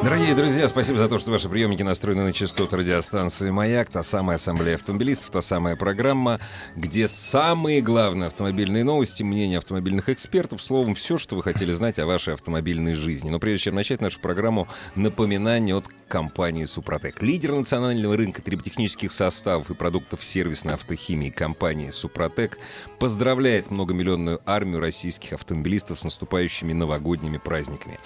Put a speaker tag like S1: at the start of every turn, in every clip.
S1: Дорогие друзья, спасибо за то, что ваши приемники настроены на частоту радиостанции «Маяк». Та самая ассамблея автомобилистов, та самая программа, где самые главные автомобильные новости, мнения автомобильных экспертов, словом, все, что вы хотели знать о вашей автомобильной жизни. Но прежде чем начать нашу программу, напоминание от компании «Супротек». Лидер национального рынка триботехнических составов и продуктов сервисной автохимии компании «Супротек» поздравляет многомиллионную армию российских автомобилистов с наступающими новогодними праздниками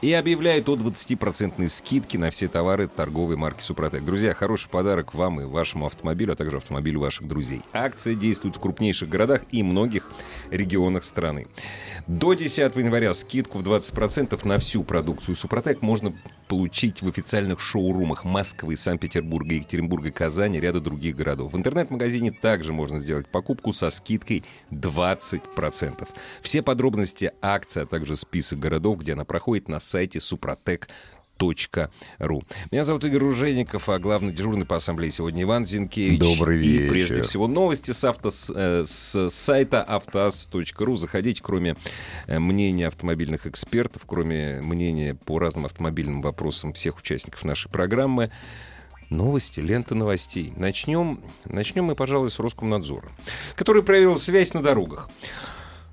S1: и объявляет о 20% процентные скидки на все товары торговой марки «Супротек». Друзья, хороший подарок вам и вашему автомобилю, а также автомобилю ваших друзей. Акция действует в крупнейших городах и многих регионах страны. До 10 января скидку в 20% на всю продукцию «Супротек» можно получить в официальных шоурумах Москвы, Санкт-Петербурга, Екатеринбурга, Казани и ряда других городов. В интернет-магазине также можно сделать покупку со скидкой 20%. Все подробности акции, а также список городов, где она проходит, на сайте «Супротек» ру. Меня зовут Игорь Ружейников, а главный дежурный по ассамблее сегодня Иван Зинкевич.
S2: Добрый вечер.
S1: И прежде всего новости с, авто, э, с сайта автоаз.ру. Заходите, кроме э, мнения автомобильных экспертов, кроме мнения по разным автомобильным вопросам всех участников нашей программы. Новости, лента новостей. Начнем, начнем мы, пожалуй, с Роскомнадзора, который проявил связь на дорогах.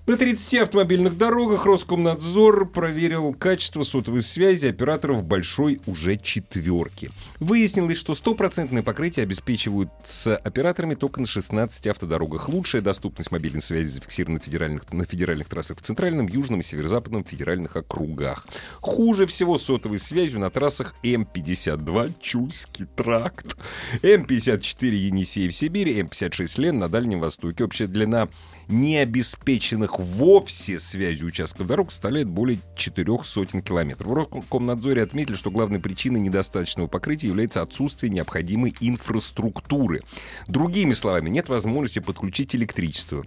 S1: На 30 автомобильных дорогах Роскомнадзор проверил качество сотовой связи операторов большой уже четверки. Выяснилось, что стопроцентное покрытие обеспечивают с операторами только на 16 автодорогах. Лучшая доступность мобильной связи зафиксирована на федеральных, на федеральных трассах в Центральном, Южном и Северо-Западном федеральных округах. Хуже всего сотовой связью на трассах М-52 Чульский тракт, М-54 Енисеев Сибирь, М-56 Лен на Дальнем Востоке. Общая длина не обеспеченных вовсе связью участков дорог составляет более четырех сотен километров. В Роскомнадзоре отметили, что главной причиной недостаточного покрытия является отсутствие необходимой инфраструктуры. Другими словами, нет возможности подключить электричество.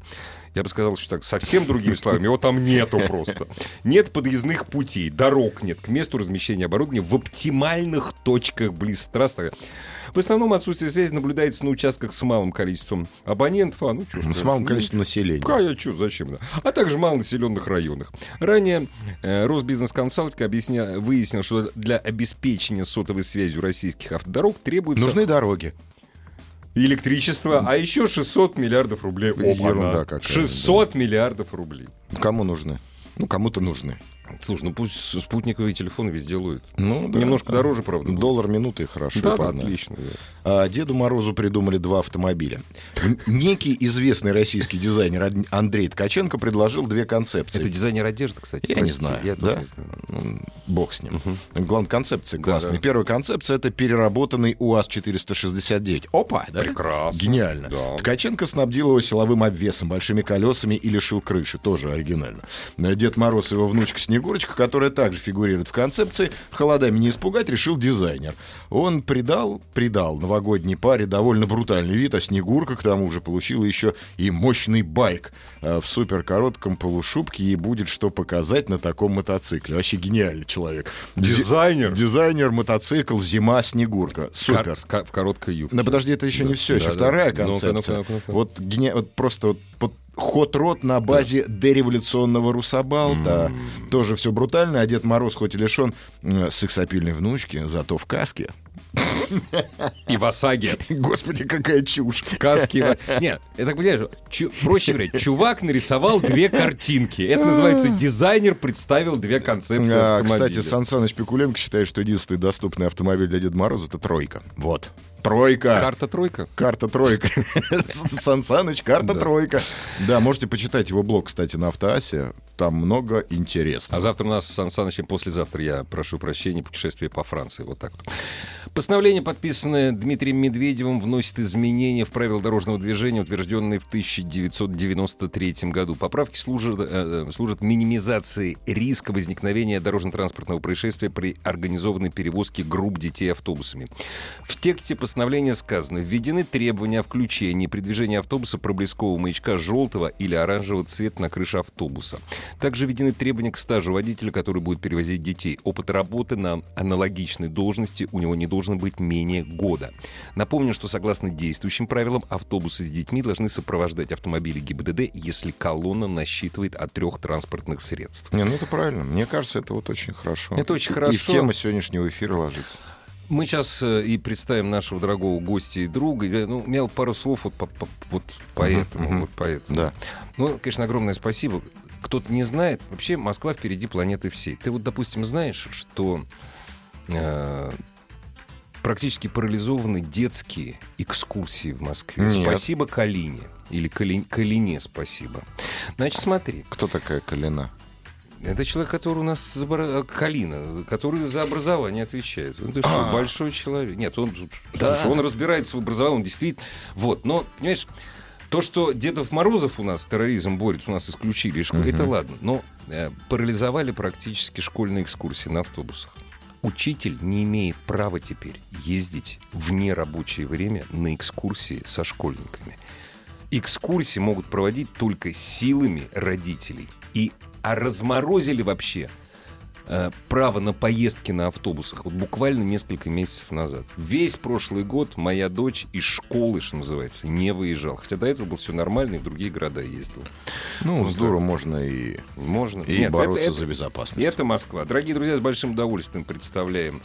S1: Я бы сказал, что так, совсем другими словами, его там нету просто. Нет подъездных путей, дорог нет к месту размещения оборудования в оптимальных точках близ трасс. В основном отсутствие связи наблюдается на участках с малым количеством абонентов. А, ну, чё,
S2: С малым количеством населения.
S1: Какая чё, зачем? да? А также в малонаселенных районах. Ранее э, Росбизнес-консалтинг объясня... выяснил, что для обеспечения сотовой связью российских автодорог требуется
S2: Нужны дороги.
S1: электричество, а еще 600 миллиардов рублей.
S2: Ерунда
S1: она.
S2: какая,
S1: 600 миллиардов рублей.
S2: Кому нужны? Ну, кому-то нужны.
S1: Слушай, ну пусть спутниковые телефоны везде ловят.
S2: Ну, да,
S1: Немножко
S2: да.
S1: дороже, правда, будет.
S2: Доллар минуты хорошо.
S1: Да, да,
S2: погнали.
S1: отлично. да.
S2: А, Деду Морозу придумали два автомобиля. Н- Некий известный российский дизайнер Ан- Андрей Ткаченко предложил две концепции.
S1: Это дизайнер одежды, кстати.
S2: Я не
S1: Прости,
S2: знаю.
S1: Я тоже
S2: да?
S1: не знаю.
S2: М, Бог с ним. Главное, концепция
S1: Да,
S2: классная.
S1: да.
S2: Первая концепция — это переработанный УАЗ-469. Опа! да?
S1: Прекрасно.
S2: Гениально.
S1: Да.
S2: Ткаченко снабдил его силовым обвесом, большими колесами и лишил крыши. Тоже оригинально. Э, Дед Мороз и его внучка Снегурочка, которая также фигурирует в концепции, холодами не испугать решил дизайнер. Он придал, придал новогодней паре довольно брутальный вид, а Снегурка к тому же получила еще и мощный байк э, в суперкоротком полушубке. Ей будет что показать на таком мотоцикле. Вообще гениальный человек. Ди-
S1: Дизайнер?
S2: Дизайнер, мотоцикл, зима, Снегурка. Супер.
S1: Кар- с ка- в короткой юбке.
S2: Да подожди, это еще не все, еще
S1: Типа, Да, да.
S2: вторая
S1: Ну-ка,
S2: концепция.
S1: ну-ка, ну-ка, ну-ка.
S2: Вот, гени- вот просто вот, под- ход рот на базе дореволюционного Русабалта. Тоже все брутально, а Дед Мороз хоть и лишен э, сексапильной внучки, зато в каске.
S1: И в осаге.
S2: Господи, какая чушь.
S1: Каски. Нет, я так понимаю, что чу- проще говоря, чувак нарисовал две картинки. Это называется дизайнер представил две концепции
S2: А,
S1: автомобиля.
S2: кстати, Сан Саныч Пикуленко считает, что единственный доступный автомобиль для Деда Мороза это тройка. Вот. Тройка.
S1: Карта тройка.
S2: Карта тройка. Сан Саныч, карта
S1: Да.
S2: тройка. Да, можете почитать его блог, кстати, на Автоасе. там много интересного.
S1: А завтра у нас с Сан Санычем, послезавтра я прошу прощения, путешествие по Франции. Вот так вот. Постановление, подписанное Дмитрием Медведевым, вносит изменения в правила дорожного движения, утвержденные в 1993 году. Поправки служат, э, служат минимизации риска возникновения дорожно-транспортного происшествия при организованной перевозке групп детей автобусами. В тексте постановления сказано, введены требования о включении при движении автобуса проблескового маячка желтого или оранжевого цвета на крыше автобуса. Также введены требования к стажу водителя, который будет перевозить детей. Опыт работы на аналогичной должности у него не должен быть менее года. Напомню, что согласно действующим правилам, автобусы с детьми должны сопровождать автомобили ГИБДД, если колонна насчитывает от трех транспортных средств.
S2: Не, ну это правильно. Мне кажется, это вот очень хорошо.
S1: Это очень
S2: И- И в
S1: хорошо.
S2: тему сегодняшнего эфира ложится.
S1: Мы сейчас э, и представим нашего дорогого гостя и друга. Я, ну, у меня вот пару слов вот, по, по- вот поэтому,
S2: мгм.
S1: вот поэтому.
S2: Да.
S1: Ну, конечно, огромное спасибо. Кто-то не знает, вообще Москва впереди планеты всей. Ты вот, допустим, знаешь, что э, практически парализованы детские экскурсии в Москве.
S2: Нет.
S1: Спасибо Калине. Или Кали- Калине спасибо. Значит, смотри.
S2: Кто такая Калина?
S1: Это человек, который у нас за обра- Калина, который за образование отвечает. Ну, ты
S2: А.
S1: что, большой человек. Нет, он,
S3: Да.
S1: слушай, он разбирается в образовании, он действительно. Вот, но, понимаешь, то, что Дедов Морозов у нас с терроризмом борется, у нас исключили из школы,
S2: Мгм.
S1: это ладно. Но э, парализовали практически школьные экскурсии на автобусах. Учитель не имеет права теперь ездить в нерабочее время на экскурсии со школьниками. Экскурсии могут проводить только силами родителей. И а разморозили вообще э, право на поездки на автобусах вот буквально несколько месяцев назад. Весь прошлый год моя дочь из школы, что называется, не выезжала. Хотя до этого было все нормально и в другие города ездила.
S2: Ну,
S1: Вот
S2: с дуру можно и,
S1: Можно.
S2: и
S1: Нет, это-
S2: бороться
S1: это-
S2: за безопасность.
S1: это Москва. Дорогие друзья, с большим удовольствием представляем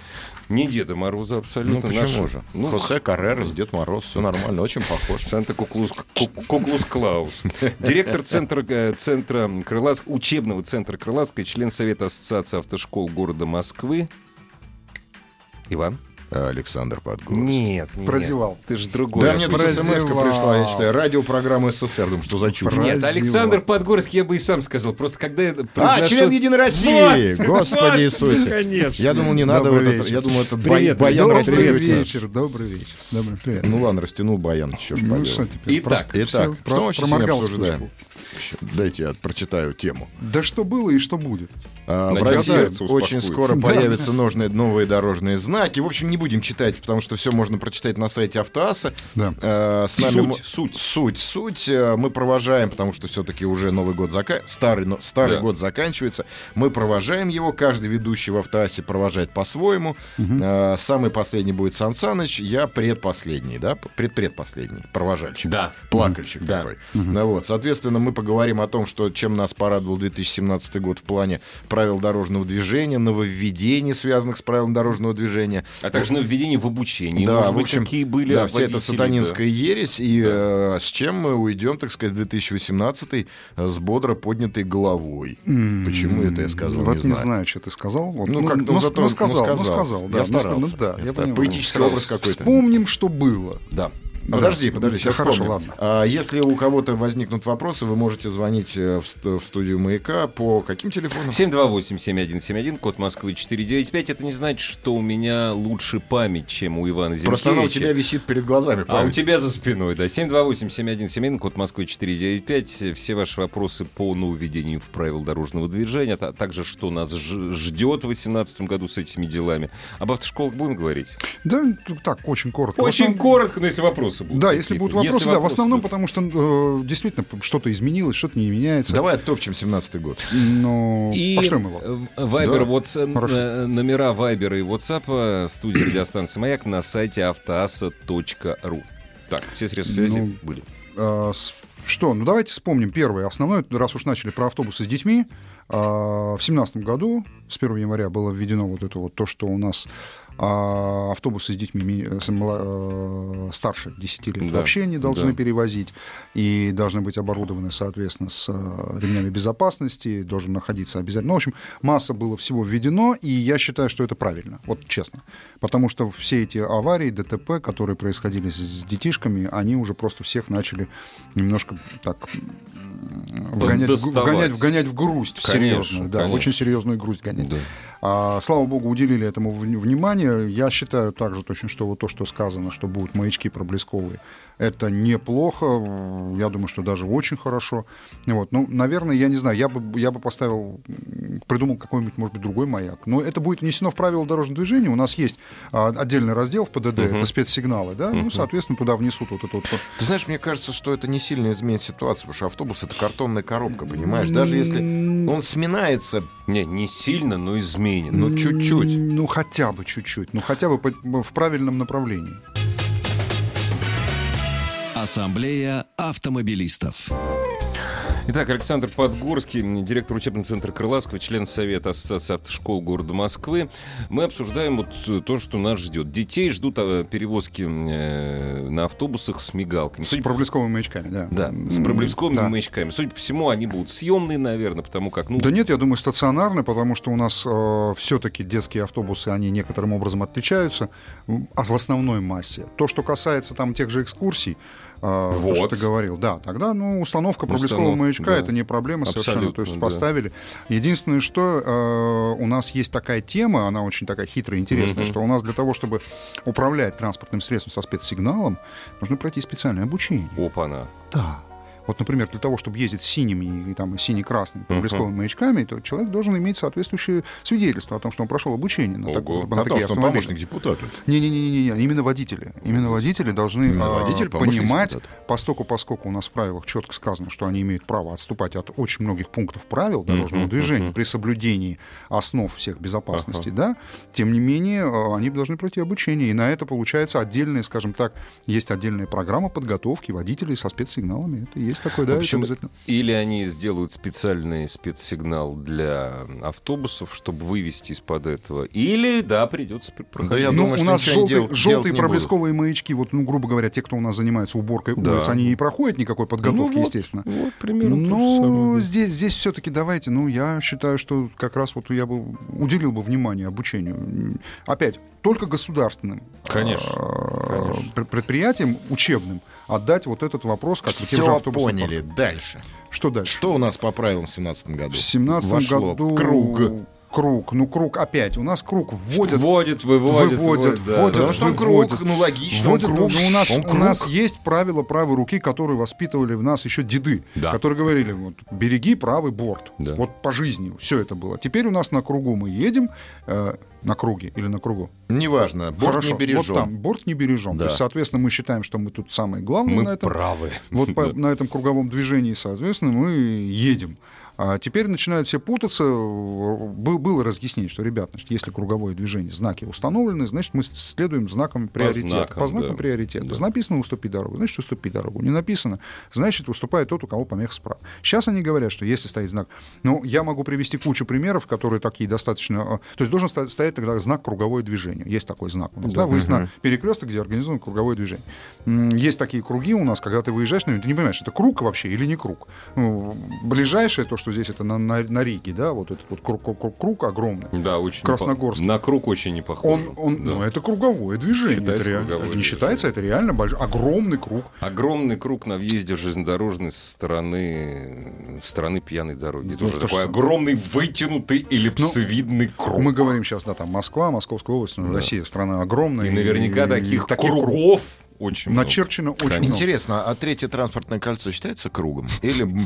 S1: не Деда Мороза
S2: ну,
S1: абсолютно.
S2: почему
S1: нашего-
S2: же?
S1: Ну,
S2: Хосе Каррерас, Дед Мороз, все нормально, очень похож.
S1: Санта Куклус, Клаус. Директор центра, э, центра Крылатск- учебного центра Крылатской, член Совета Ассоциации автошкол города Москвы. Иван?
S2: А, Александр Подгорский.
S1: Нет, нет.
S4: Прозевал.
S1: Ты же другой.
S2: Да, мне тут смс
S4: Прозевал.
S2: пришла, я считаю, радиопрограмма СССР, думаю, что за чушь.
S4: Про-
S1: Нет,
S4: Прозевал.
S1: Александр Подгорский, я бы и сам сказал. Просто когда я
S2: А,
S1: произношу-
S2: член Единой России! Господи Иисусе!
S4: конечно.
S2: Я думал, не надо вот
S4: Добрый
S2: это.
S4: вечер.
S2: Я думал, это
S1: Привет,
S2: баян
S4: добрый
S2: растягивается.
S4: вечер, добрый вечер. Добрый привет.
S2: Ну ладно, растянул баян, еще ж
S4: Ну,
S2: поделать.
S4: что теперь?
S1: Итак,
S4: Про-
S2: Итак,
S4: всё,
S2: что
S4: про-
S2: мы вообще сегодня
S4: проморгал
S2: обсуждаем?
S4: вспышку.
S2: Вообще, Дайте я прочитаю тему.
S4: Да что было и что будет?
S2: А, В
S1: Надеюсь,
S2: России
S1: сердце
S2: очень
S1: успокоится.
S2: скоро
S4: Да.
S2: появятся ножные- новые дорожные знаки. В общем, не будем читать, потому что все можно прочитать на сайте Автоаса.
S4: Да.
S2: Э, С нами
S1: Суть,
S2: мо-
S1: суть.
S2: суть, суть. Э, Мы провожаем, потому что все-таки уже Новый год зака... старый, но- старый
S1: Да.
S2: год заканчивается. Мы провожаем его. Каждый ведущий в Автоасе провожает по-своему. Э, Самый последний будет Сан Саныч. Я предпоследний, да? Предпредпоследний. Провожальщик.
S1: Да.
S2: Плакальщик такой. Ну вот, соответственно, мы поговорим о том, что чем нас порадовал 2017 год в плане правил дорожного движения, нововведений, связанных с правилом дорожного движения.
S1: А также на введение в обучении.
S2: Да,
S1: Может
S2: в
S1: быть,
S2: общем,
S1: какие были
S2: да, вся эта
S1: водители,
S2: сатанинская ересь, и
S1: Да.
S2: э, с чем мы уйдем, так сказать, в 2018 э, с бодро поднятой головой. Почему это я сказал,
S4: Вот
S2: не
S4: не
S2: знаю.
S4: знаю, что ты сказал. Вот,
S2: Ну, как-то
S4: ну,
S2: он зато
S4: ну, сказал,
S2: ну,
S4: ну, сказал. да,
S2: Я
S4: ну,
S2: старался.
S4: ну, да, я
S2: старался.
S4: понимаю.
S2: Поэтический образ какой-то.
S4: Вспомним, что было.
S2: Ну Да.
S4: Да.
S2: Подожди, подожди,
S4: Да
S2: сейчас
S4: хорошо,
S2: вспомним.
S4: ладно.
S2: А, Если у кого-то возникнут вопросы, вы можете звонить э, в ст- в студию «Маяка» по каким телефонам?
S1: 728-7171, код Москвы 495. Это не значит, что у меня лучше память, чем у Ивана Зинкевича.
S2: Просто она у тебя висит перед глазами.
S1: А у
S2: правильно?
S1: тебя за спиной, да. 728-7171, код Москвы 495. Все ваши вопросы по нововведению в правил дорожного движения, а также что нас ж- ждет в 2018 году с этими делами. Об автошколах будем говорить?
S4: Да, ну, так, очень коротко. В
S1: Очень
S4: основном-
S1: коротко, но если вопросы будут.
S4: Да, если
S1: какие-то.
S4: будут вопросы, да, в основном,
S1: будут.
S4: потому что э, действительно п- что-то изменилось, что-то не меняется.
S2: Давай оттопчем 17-й год.
S4: Но
S1: И
S4: пошлем Ну, его.
S1: э, Viber,
S2: Да,
S1: Whats-
S4: хорошо.
S1: э, номера Вайбера и WhatsApp студии радиостанции «Маяк» на сайте автоаса.ру. Так, все средства связи
S4: Ну,
S1: были.
S4: А, с- Что, ну давайте вспомним первое. Основное, раз уж начали про автобусы с детьми, а, в семнадцатом году, с 1 января, было введено вот это вот то, что у нас а, автобусы с детьми ми- с мала- э, старше 10 лет
S1: Да,
S4: вообще не должны
S1: да.
S4: перевозить и должны быть оборудованы, соответственно, с э, ремнями безопасности, должен находиться обязательно. Ну, в общем, масса было всего введено, и я считаю, что это правильно, вот честно. Потому что все эти аварии, ДТП, которые происходили с с детишками, они уже просто всех начали немножко так м, вгонять, в,
S1: Доставать.
S4: вгонять, вгонять в грусть, в
S1: Конечно,
S4: серьезную, да,
S1: конечно.
S4: очень серьезную грусть гонять.
S1: Да.
S4: А, слава богу, уделили этому вн- внимание. Я считаю также точно, что вот то, что сказано, что будут маячки проблесковые, это неплохо. М, Я думаю, что даже очень хорошо. Вот. Ну, наверное, я не знаю, я бы, я бы поставил, м, придумал какой-нибудь, может быть, другой маяк. Но это будет внесено в правила дорожного движения. У нас есть а, отдельный раздел в ПДД, это спецсигналы, да? Ну, соответственно, туда внесут вот это вот.
S2: Ты знаешь, мне кажется, что это не сильно изменит ситуацию, потому что автобус это картонная коробка, понимаешь? Даже если он сминается,
S1: Не, не сильно, но изменен.
S2: ну чуть-чуть.
S4: Ну, хотя бы чуть-чуть, ну, хотя бы по- в правильном направлении.
S3: Ассамблея автомобилистов.
S1: Итак, Александр Подгорский, м, директор учебного центра Крылатского, член Совета Ассоциации автошкол города Москвы. Мы обсуждаем вот э, то, что нас ждет. Детей ждут э, перевозки м, э, на автобусах с мигалками.
S4: С
S1: Ну, Судя
S4: проблесковыми маячками, да.
S1: Да, с
S4: М,
S1: проблесковыми
S4: да.
S1: маячками. Судя по всему, они будут съемные, наверное, потому как, ну,
S4: Да нет, я думаю, стационарные, потому что у нас все-таки детские автобусы, они некоторым образом отличаются м, от- в основной массе. То, что касается там тех же экскурсий, э, то, что
S1: Вот.
S4: ты говорил, да, тогда ну, установка проблескового
S1: Установ-
S4: маячка
S1: да.
S4: это не проблема совершенно, то
S1: Абсолютно,
S4: есть
S1: да.
S4: поставили. Единственное, что э, у нас есть такая тема, она очень такая хитрая, интересная,
S1: Мгм.
S4: что у нас для того, чтобы управлять транспортным средством со спецсигналом, нужно пройти специальное обучение.
S1: опа-на.
S4: Да. Вот, например, для того, чтобы ездить синим и, и там, сине-красным проблесковыми маячками, то человек должен иметь соответствующее свидетельство о том, что он прошел обучение на, так-
S1: Ого.
S4: на
S2: О том,
S4: такие
S2: что он
S4: автомобили.
S2: помощник депутата.
S4: Не-не-не, именно водители. Именно водители должны
S2: Именно
S4: а,
S2: водитель, помощник
S4: понимать,
S2: депутата.
S4: постоку, поскольку у нас в правилах четко сказано, что они имеют право отступать от очень многих пунктов правил дорожного движения при соблюдении основ всех безопасности, да, тем не менее, э, они должны пройти обучение. И на это получается отдельные, скажем так, есть отдельная программа подготовки водителей со спецсигналами. Это есть такое, да,
S1: В
S4: это
S1: общем,
S4: обязательно.
S1: А или они сделают специальный спецсигнал для автобусов, чтобы вывести из-под этого, или, да, придется пр- проходить.
S2: я
S4: ну,
S2: думаю,
S4: у
S2: что
S4: нас
S2: ничего они
S4: желтые,
S2: делать-
S4: желтые
S2: делать не
S4: проблесковые маячки, вот, ну, грубо говоря, те, кто у нас занимается уборкой
S1: Да.
S4: улиц, они не проходят никакой подготовки,
S1: Ну вот,
S4: естественно.
S1: Вот примерно то же
S4: Ну,
S1: самое.
S4: здесь, здесь все-таки давайте, ну, я считаю, что как раз вот я бы уделил бы внимание обучению. М, Опять, только государственным
S1: Конечно,
S4: э,
S1: конечно.
S4: пр- предприятиям учебным отдать вот этот вопрос, как и тем же
S2: Все
S4: автобусным
S2: поняли. Дальше.
S4: паркам. Что дальше?
S2: Что у нас по правилам в 17 году?
S4: В семнадцатом
S2: Вошло.
S4: году...
S2: Круг.
S4: Круг, ну круг опять. У нас круг вводят
S1: Вводит, выводит,
S4: выводит,
S1: выводит, да,
S4: вводит.
S1: да.
S2: Потому что он
S4: вводит.
S2: круг, ну логично,
S4: Вот
S2: он
S4: это-
S2: круг.
S4: ну, у нас,
S2: Он
S4: у
S2: круг.
S4: нас есть правило правой руки, которые воспитывали в нас еще деды,
S1: Да.
S4: которые говорили, вот, береги правый борт.
S1: Да.
S4: Вот по жизни все это было. Теперь у нас на кругу мы едем, э, на круге или на кругу.
S2: Неважно, борт
S4: Хорошо,
S2: не бережем.
S4: Вот там, борт не бережем.
S2: Да.
S4: То есть, соответственно, мы считаем, что мы тут самые главные
S1: Мы
S4: на этом.
S1: правы.
S4: Вот по- на этом круговом движении, соответственно, мы едем. А теперь начинают все путаться. Был, было разъяснение, что, ребят, значит, если круговое движение, знаки установлены, значит, мы следуем знакам приоритета.
S1: знакам,
S4: по знакам
S1: да.
S4: приоритета.
S1: Да.
S4: Написано «уступи дорогу», значит, уступи дорогу. Не написано, значит, уступает тот, у кого помеха справа. Сейчас они говорят, что если стоит знак... Ну, я могу привести кучу примеров, которые такие достаточно... э, То есть должен ста- стоять тогда знак «круговое движение». Есть такой знак у нас, да, выезд на перекресток, где организовано круговое движение. М, Есть такие круги у нас, когда ты выезжаешь на него, ты не понимаешь, это круг вообще или не круг. Ну, ближайшее то, что здесь, это на, на, на Риге, да, вот этот вот круг, круг, круг огромный.
S1: Да, очень.
S4: Красногорск.
S1: непо- На круг очень не похоже.
S4: Он, он,
S1: Да.
S4: ну, это круговое движение.
S1: Считается
S4: это реально-
S1: круговое
S4: это не
S1: движение.
S4: считается, это реально больш- огромный круг.
S1: Огромный круг на въезде в железнодорожный со стороны, стороны пьяной дороги.
S4: Ну,
S1: Тоже
S4: то же
S1: такой
S4: самое.
S1: огромный вытянутый эллипсовидный круг.
S4: Мы говорим сейчас, да, там Москва, Московская область, ну, Россия страна огромная.
S1: И наверняка
S4: и
S1: таких,
S4: круг-
S1: кругов очень много.
S4: начерчено очень
S1: Ну.
S4: много.
S2: Интересно, а третье транспортное кольцо считается кругом? Или б-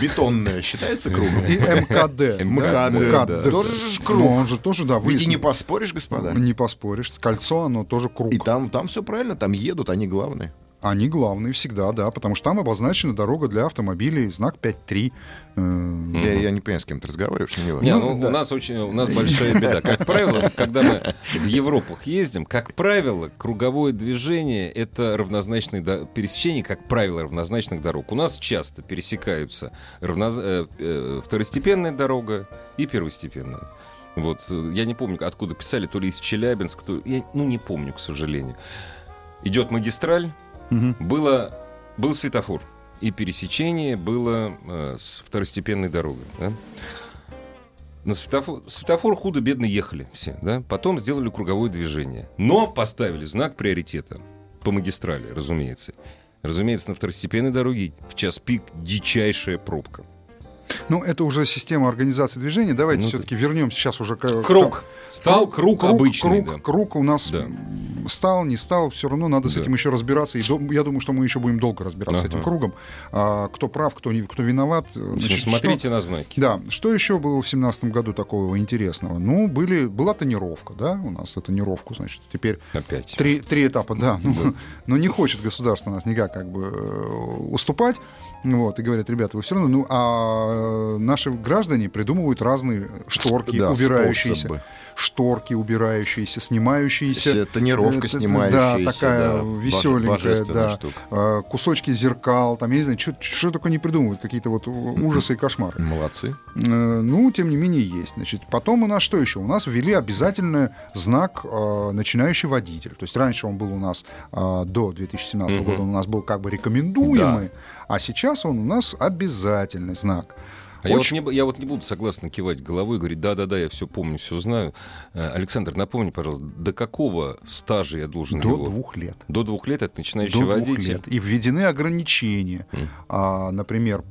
S2: бетонное считается кругом?
S1: Э,
S4: И МКД. да,
S1: МКД, да.
S2: Тоже же ж
S4: Но
S2: круг.
S4: он же тоже, да,
S2: А Ведь и
S4: выяснил.
S2: не поспоришь, господа.
S4: Не поспоришь. Кольцо, оно тоже круг.
S2: И там, там все правильно, там едут, они главные.
S4: Они главные всегда, да, потому что там обозначена дорога для автомобилей, знак 5.3. э,
S2: Я, я не понимаю, с кем ты разговариваешь, но не важно.
S1: Не,
S4: Ну,
S1: ну,
S4: да.
S1: у нас очень, у нас большая беда. Как правило, когда мы в Европах ездим, как правило, круговое движение это равнозначные до- пересечения, как правило, равнозначных дорог. У нас часто пересекаются равноз- э, э, второстепенная дорога и первостепенная. Вот э, я не помню, откуда писали, то ли из Челябинска, то ли- я, ну не помню, к сожалению. Идет магистраль,
S4: мгм.
S1: было, был светофор. И пересечение было э, с второстепенной дорогой. да. На светофор, светофор худо-бедно ехали все. Да? Потом сделали круговое движение. Но поставили знак приоритета. По магистрали, разумеется. Разумеется, на второстепенной дороге в час пик дичайшая пробка.
S4: Ну, это уже система организации движения. Давайте
S1: Ну,
S4: все-таки вернемся сейчас уже к... к-
S1: Круг. Стал круг, обычный.
S4: Круг,
S1: да.
S4: круг у нас
S1: Да.
S4: м, стал, не стал, все равно надо с
S1: Да.
S4: этим еще разбираться. И до- я думаю, что мы еще будем долго разбираться с этим
S1: Ага.
S4: кругом. А, кто прав, кто, не, кто виноват.
S1: В общем,
S4: Значит, что-
S1: смотрите на знаки.
S4: Да, что еще было в семнадцатом году такого интересного? Ну, были, была тонировка, да, у нас тонировку, значит, теперь
S1: Опять.
S4: Три, три этапа, да. Ну, Но не хочет государство нас никак как бы э, уступать. Вот, и говорят, ребята, вы все равно... Ну, а э, наши граждане придумывают разные шторки,
S2: Да,
S4: убирающиеся.
S2: способы.
S4: Шторки, убирающиеся, снимающиеся.
S2: Все, тонировка
S4: Э, т- т-
S2: снимающаяся,
S4: Да, такая
S2: да, боже-
S4: веселенькая,
S2: божественная
S4: да.
S2: штука.
S4: Э, Кусочки зеркал, там, я не знаю, что, что только не придумывают. Какие-то вот ужасы и кошмары.
S2: Молодцы.
S4: Э, Ну, тем не менее, есть. Значит, потом у нас что еще? У нас ввели обязательно знак э, «начинающий водитель». То есть раньше он был у нас э, до 2017 года, он у нас был как бы рекомендуемый, а сейчас он у нас обязательный знак.
S1: А я, вот не, бу- я вот не буду согласно кивать головой, говорить, да-да-да, я все помню, все знаю. Э, Александр, напомни, пожалуйста, до какого стажа я должен
S4: До
S1: его?
S4: двух лет.
S1: До двух лет это начинающий
S4: До двух
S1: водитель.
S4: лет. И введены ограничения, А, например,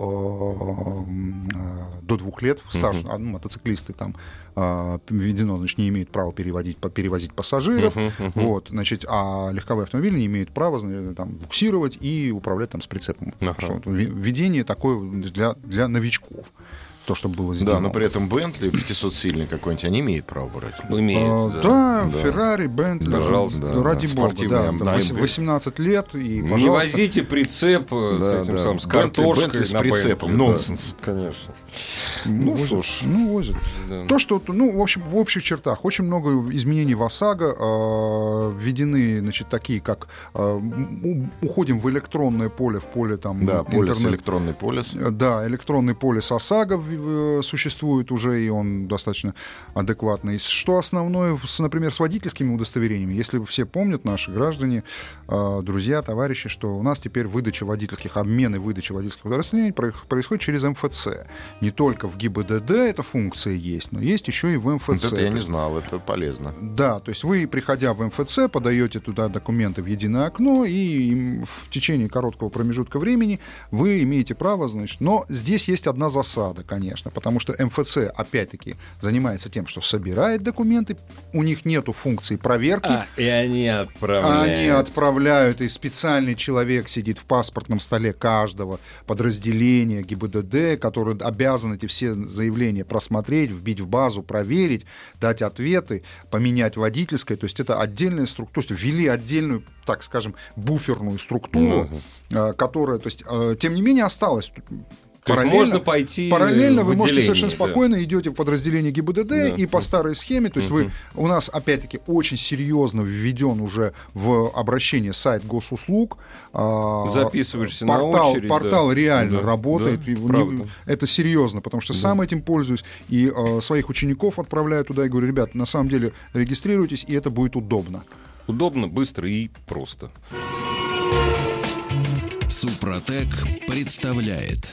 S4: по э, м, э, до двух лет стаж, а, ну, мотоциклисты там а, введено, значит, не имеют права переводить, по- перевозить пассажиров, вот, значит, а легковые автомобили не имеют права зна- там буксировать и управлять там с прицепом.
S1: Ага.
S4: Что вот ве- Введение такое для для новичков, то, что было сделано.
S2: Да, но при этом Бентли 500-сильный какой-нибудь, они имеют право брать.
S1: Ну, Умеет,
S4: А,
S1: да.
S4: да,
S2: Да.
S4: Феррари, Бентли,
S1: Пожалуйста,
S4: да,
S2: да,
S4: ради бога,
S2: спортивный
S4: да,
S2: амблем.
S4: там, вось- 18 лет и
S1: Не
S4: пожалуйста.
S1: возите прицеп э,
S2: Да,
S1: с этим
S2: да.
S1: самым, с
S2: Бентли-
S1: картошкой
S2: Бентли с
S1: на Бентли,
S2: прицепом.
S1: да.
S2: Нонсенс.
S1: Конечно.
S4: Ну,
S1: возят.
S4: что ж. Ну, возят.
S1: Да.
S4: То, что, ну, в общем, в общих чертах. Очень много изменений в ОСАГО. э, Введены, значит, такие, как э, м- у- уходим в электронное поле, в поле там
S2: Да, полис,
S4: интернет-
S2: электронный полис.
S4: Э, Да, электронный полис ОСАГО в- э, существует уже, и он достаточно адекватный. Что основное, с- например, с водительскими удостоверениями, если все помнят, наши граждане, э, друзья, товарищи, что у нас теперь выдача водительских, обмен и выдача водительских удостоверений проих- происходит через МФЦ. Не только в ГИБДД эта функция есть, но есть еще и в
S2: Вот
S4: МФЦ.
S2: это я не
S4: То
S2: знал, это полезно.
S4: да, то есть вы, приходя в МФЦ, подаете туда документы в единое окно, и им в течение короткого промежутка времени вы имеете право, значит, но здесь есть одна засада, конечно, потому что МФЦ, опять-таки, занимается тем, что собирает документы, у них нету функции проверки,
S1: А, и они
S4: а
S1: отправляют.
S4: Они отправляют, и специальный человек сидит в паспортном столе каждого подразделения ГИБДД, который обязан эти все заявления просмотреть, вбить в базу, проверить, дать ответы, поменять водительское. То есть это отдельная структура, то есть ввели отдельную, так скажем, буферную структуру, э, которая, то есть, э, тем не менее, осталась.
S1: То есть
S4: Параллельно-
S1: можно пойти э,
S4: Параллельно
S1: в
S4: вы можете
S1: отделение,
S4: совершенно
S1: да.
S4: спокойно идете в подразделение ГИБДД и по старой схеме, то есть вы у нас опять-таки очень серьезно введен уже в обращение сайт госуслуг. а,
S1: Записываешься на
S4: портал,
S1: очередь,
S4: Портал
S1: да.
S4: реально
S1: Да,
S4: работает.
S1: да,
S4: и не-
S1: правда.
S4: это серьезно, потому что сам этим пользуюсь и э, своих учеников отправляю туда и говорю, ребят, на самом деле регистрируйтесь и это будет удобно.
S1: Удобно, быстро и просто.
S3: Супротек представляет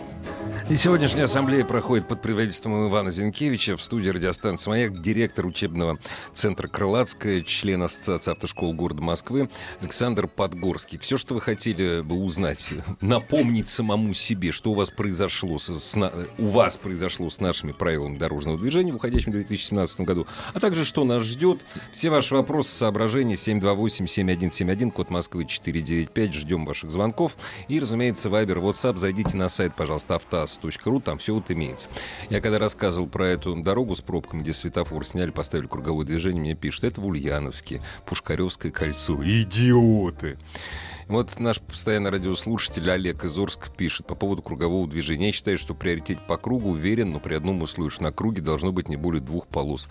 S1: И сегодняшняя ассамблея проходит под предводительством Ивана Зинкевича в студии радиостанции «Маяк», директор учебного центра «Крылатская», член Ассоциации автошкол города Москвы Александр Подгорский. Все, что вы хотели бы узнать, напомнить самому себе, что у вас произошло со- с, на- у вас произошло с нашими правилами дорожного движения в уходящем 2017 году, а также что нас ждет. Все ваши вопросы, соображения 728-7171, код Москвы 495. Ждем ваших звонков. И, разумеется, Вайбер, WhatsApp. Зайдите на сайт, пожалуйста, автоаз.ру, там все вот имеется. Я когда рассказывал про эту дорогу с пробками, где светофор сняли, поставили круговое движение, мне пишут, это в Ульяновске, Пушкаревское кольцо. Идиоты! Вот наш постоянный радиослушатель Олег из Орска пишет по поводу кругового движения. Я считаю, что приоритет по кругу уверен, но при одном условии, что на круге должно быть не более двух полос.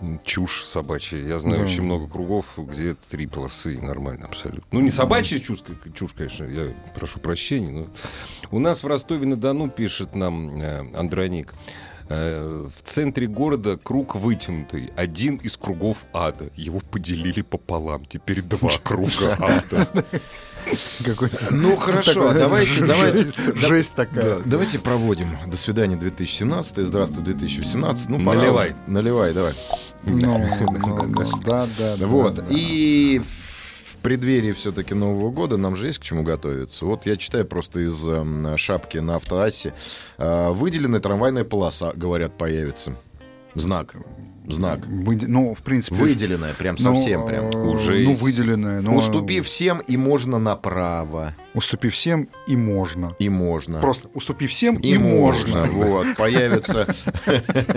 S1: М, Чушь собачья. Я знаю
S4: Да.
S1: очень много кругов, где три полосы и нормально абсолютно. Ну, не собачья чушь, к- чушь, конечно, я прошу прощения. Но... У нас в Ростове-на-Дону, пишет нам э, Андроник, Э, В центре города круг вытянутый. Один из кругов ада. Его поделили пополам. Теперь два круга ада.
S4: Какой-то
S2: Ну, хорошо,
S4: такой
S2: давайте-
S4: жесть-
S2: давайте-
S4: Жесть такая.
S2: Давайте проводим. До свидания 2017, здравствуй 2018. Ну, пора
S1: Наливай.
S2: уже. Наливай, давай.
S4: Ну, ну, ну, Да, да, да.
S2: Вот.
S4: да.
S2: И в преддверии все-таки Нового года нам же есть к чему готовиться. Вот я читаю просто из эм, шапки на автоассе. Э, Выделенная трамвайная полоса, говорят, появится. Знак. Знак.
S4: Выде- Ну, в принципе...
S2: Выделенная, прям
S4: ну,
S2: совсем прям.
S4: э,
S1: Уже
S4: Ну,
S1: есть.
S4: выделенная. но-
S2: Уступи всем, и можно направо.
S4: Уступи всем и можно.
S2: И можно.
S4: Просто уступи всем и,
S2: И можно.
S4: можно.
S2: Вот, появится.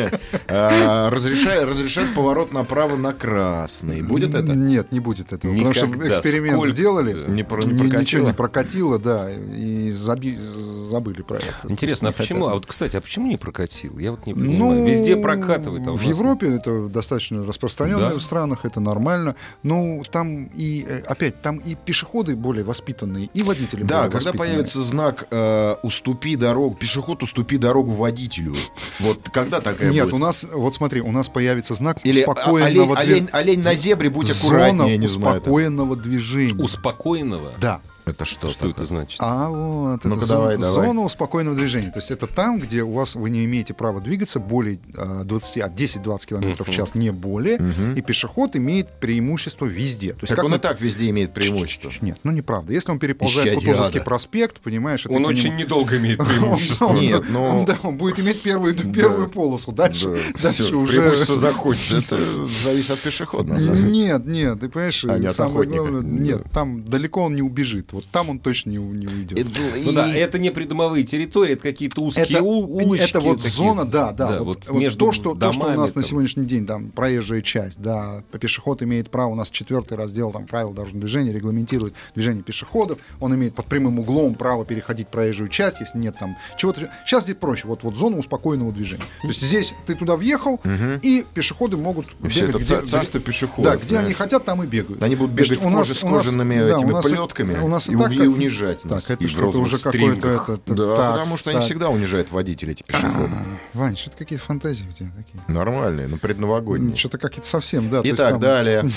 S2: А, разреша- Разрешат поворот направо на красный. Будет это?
S4: Нет, не будет этого. Потому
S1: Никогда.
S4: что эксперимент
S1: Сколько-
S4: сделали.
S2: Не про- не
S4: ни- ничего
S2: прокатило?
S4: не прокатило, да, и заби- забыли про это.
S1: Интересно, а
S4: То есть не
S1: почему? А
S4: хотят.
S1: вот, кстати, а почему не прокатил? Я вот не понимаю.
S4: Ну,
S1: Везде прокатывает. а у
S4: в
S1: нас нет.
S4: Европе это достаточно распространенно,
S1: Да.
S4: в странах это нормально. Но там и, э, опять, там и пешеходы более воспитанные, и водители
S2: Да,
S4: более
S2: когда
S4: воспитанные.
S2: появится знак э, «Уступи дорогу», пешеход «Уступи дорогу водителю». Вот когда такая
S4: Нет,
S2: Э, будет?
S4: у нас, вот смотри, у нас появится знак
S2: Или
S4: успокоенного
S2: олень,
S4: две-
S2: олень- олень на зебре, будь
S4: зона
S2: аккуратнее, не знаю. там.
S4: успокоенного движения.
S1: Успокоенного?
S4: Да.
S2: Это что,
S1: Что это
S2: такое?
S1: значит?
S4: А вот,
S2: Ну-ка,
S4: это зона,
S2: давай, давай.
S4: зона успокоенного движения. То есть это там, где у вас вы не имеете права двигаться более э, 20, от 10-20 км в час, не более,
S2: Мгм.
S4: и пешеход имеет преимущество везде. То есть
S2: Так он
S4: на-
S2: и так везде имеет преимущество.
S4: Нет, ну неправда. Если он переползает
S2: Исчадие
S4: Кутузовский
S2: ада.
S4: проспект, понимаешь, это
S1: Он
S4: не-
S1: очень недолго имеет преимущество.
S4: Он-
S2: Нет,
S4: он-
S2: но-
S4: он, да, он будет иметь первую, первую полосу. Дальше,
S2: Да,
S4: дальше
S2: всё,
S4: уже...
S2: преимущество закончится. Это зависит от пешехода. на самом деле.
S4: Нет, нет, ты понимаешь,
S2: А, не от
S4: самое
S2: охотника.
S4: главное, нет, там далеко он не убежит. Вот там он точно не, у- не уйдет.
S2: И- и-
S1: Ну да, это не придомовые территории, это какие-то узкие
S4: это,
S1: ул- улочки.
S4: это вот
S1: такие.
S4: зона, да, да, вот, вот
S1: между
S4: то, что, то, что у
S1: домами
S4: нас на
S1: там.
S4: сегодняшний день, там, проезжая часть, да, пешеход имеет право, у нас четвертый раздел, там, правил дорожного движения регламентирует движение пешеходов, он имеет под прямым углом право переходить проезжую часть, если нет там чего-то. Сейчас здесь проще, вот, вот зона успокоенного движения. То есть здесь ты туда въехал, и пешеходы могут
S2: И всё, это ца- царство пешеходов,
S4: Да, где они
S2: понимаешь?
S4: хотят, там и бегают.
S2: Они будут бегать
S4: Значит,
S2: в
S4: у нас-
S2: коже с
S4: у нас-
S2: кожаными
S4: да, у
S2: этими
S4: нас и-
S2: плетками
S4: у нас
S2: и
S4: так
S2: у- и
S4: как-
S2: унижать нас.
S4: Так, это
S1: И в
S4: что-то
S1: розовых
S4: уже какое-то...
S1: стрингах.
S4: это- это-
S2: Да,
S4: так,
S2: потому что они
S4: так. А.
S2: всегда унижают водителей, эти пешеходы.
S4: Вань, что-то какие фантазии у тебя такие. ну,
S2: Нормальные, но предновогодние.
S4: Что-то какие-то совсем, да. то есть
S2: Итак,
S4: там-
S2: далее.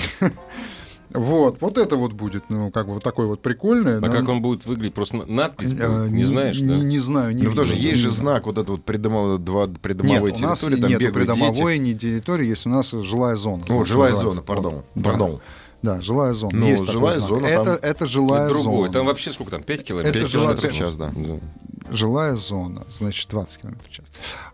S4: Вот, вот это вот будет, ну, как бы вот такое вот прикольное.
S1: А
S4: но-
S1: как он будет выглядеть? Просто на- надпись
S4: Э,
S1: будет, не знаешь,
S4: не,
S1: да?
S4: Не знаю, не
S2: Ну, потому
S4: видел,
S2: что есть
S4: не
S2: же
S4: знаю.
S2: знак вот этот вот придомовой, два
S4: Нет,
S2: придомовой
S4: у нас
S2: территории, там
S4: нет
S2: бегают дети.
S4: придомовой, ни территории, есть у нас жилая зона.
S2: О,
S4: знак
S2: жилая
S4: называется.
S2: зона, пардон,
S4: Вот, да.
S2: пардон.
S4: Да, жилая зона.
S2: Ну,
S4: есть такой
S2: жилая
S4: знак.
S2: зона
S4: Это,
S2: там-
S4: это жилая
S1: Другой.
S4: зона.
S1: Там вообще сколько там? 5 километров?
S4: Это
S2: Пять
S4: жилая-
S2: километров в час, да.
S1: Да.
S4: Жилая зона, значит, 20 километров в час.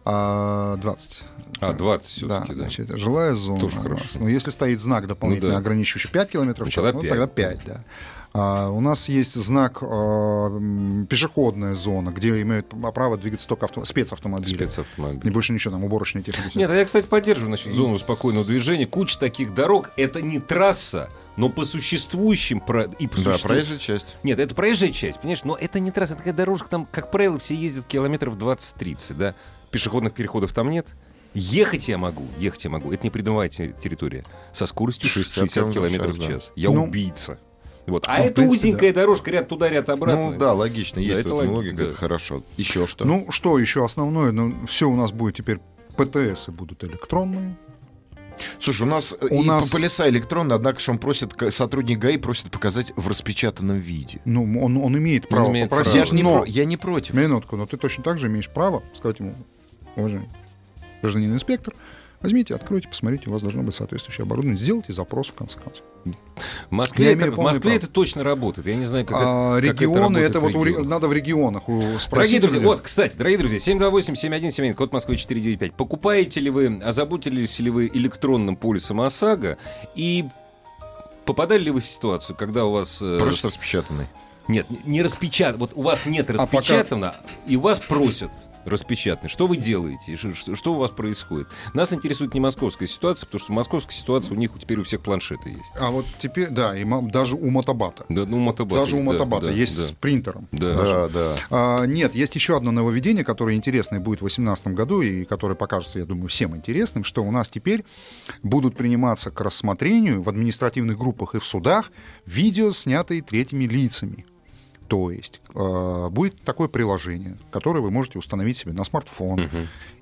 S4: А, 20.
S1: А, 20
S4: Да,
S1: все-таки, да.
S4: значит, жилая зона.
S1: Тоже
S4: у
S1: хорошо.
S4: нас. Но если стоит знак дополнительно
S1: Ну да.
S4: ограничивающий 5 километров в
S1: Ну,
S4: час,
S1: тогда
S4: ну,
S1: пять.
S4: тогда 5, да. А, у нас есть знак э, м, пешеходная зона, где имеют право двигаться только авто... спецавтомобили.
S1: Спецавтомобиль.
S4: И больше ничего, там уборочная техника.
S1: Нет, а я, кстати, поддерживаю значит, зону спокойного движения. Куча таких дорог. Это не трасса, но по существующим... про- И по
S2: Да,
S1: существу-
S2: проезжая часть.
S1: Нет, это проезжая часть, понимаешь? Но это не трасса, это такая дорожка, там, как правило, все ездят километров 20-30, да? Пешеходных переходов там нет. Ехать я могу, ехать я могу. Это не придумывая те- территория. Со скоростью
S2: 60
S1: 60, километров в
S2: да.
S1: час. Я
S4: Ну,
S1: убийца. Вот. А
S4: ну, в
S1: это
S4: принципе,
S1: узенькая дорожка, ряд туда, ряд обратно.
S2: Ну да, логично,
S1: Да,
S2: есть
S1: это
S2: в этом
S1: логи-
S2: логика,
S1: да.
S2: это хорошо. Еще что?
S4: Ну что еще основное? Ну все у нас будет теперь ПТСы будут электронные.
S2: Слушай, у нас
S4: У
S2: у
S4: нас-
S2: нас полиса электронная, однако же он просит, к- сотрудник ГАИ просит показать в распечатанном виде.
S4: Ну, он, он имеет право
S1: имеет
S4: попросить.
S2: Я же не,
S4: но-
S2: про- я не против.
S4: Минутку, но ты точно так же имеешь право сказать ему, уважаемый гражданин инспектор, возьмите, откройте, посмотрите, у вас должно быть соответствующее оборудование, сделайте запрос в конце концов.
S1: В Москве,
S4: Я
S1: это,
S4: имею
S1: в
S4: полное
S1: Москве
S4: право.
S1: это точно работает. Я не знаю, как,
S4: А,
S1: это, как это
S4: регионы,
S1: работает
S4: это,
S1: в
S4: вот у ре-
S1: регионах.
S4: надо в регионах у- спросить.
S1: Дорогие друзья,
S4: людей.
S1: вот, кстати, дорогие друзья, 728-7171, код Москвы 495. Покупаете ли вы, озаботились ли вы электронным полисом ОСАГО и попадали ли вы в ситуацию, когда у вас... э,
S2: Просто распечатанный.
S1: Нет, не распечатано, вот у вас нет
S4: пока-
S1: распечатано, и вас просят распечатанный. Что вы делаете? И ш- Что, что у вас происходит? Нас интересует не московская ситуация, потому что московская ситуация у них теперь у всех планшеты есть.
S4: А вот теперь, да, и мам- даже у мотобата.
S1: Да, ну, мотобаты,
S4: Даже у
S1: да,
S4: мотобата
S1: да,
S4: есть с
S1: да.
S4: принтером.
S1: Да.
S2: Да, да.
S4: А, нет, есть еще одно нововведение, которое интересное будет в 2018 году и которое покажется, я думаю, всем интересным, что у нас теперь будут приниматься к рассмотрению в административных группах и в судах видео, снятые третьими лицами. То есть э, будет такое приложение, которое вы можете установить себе на смартфон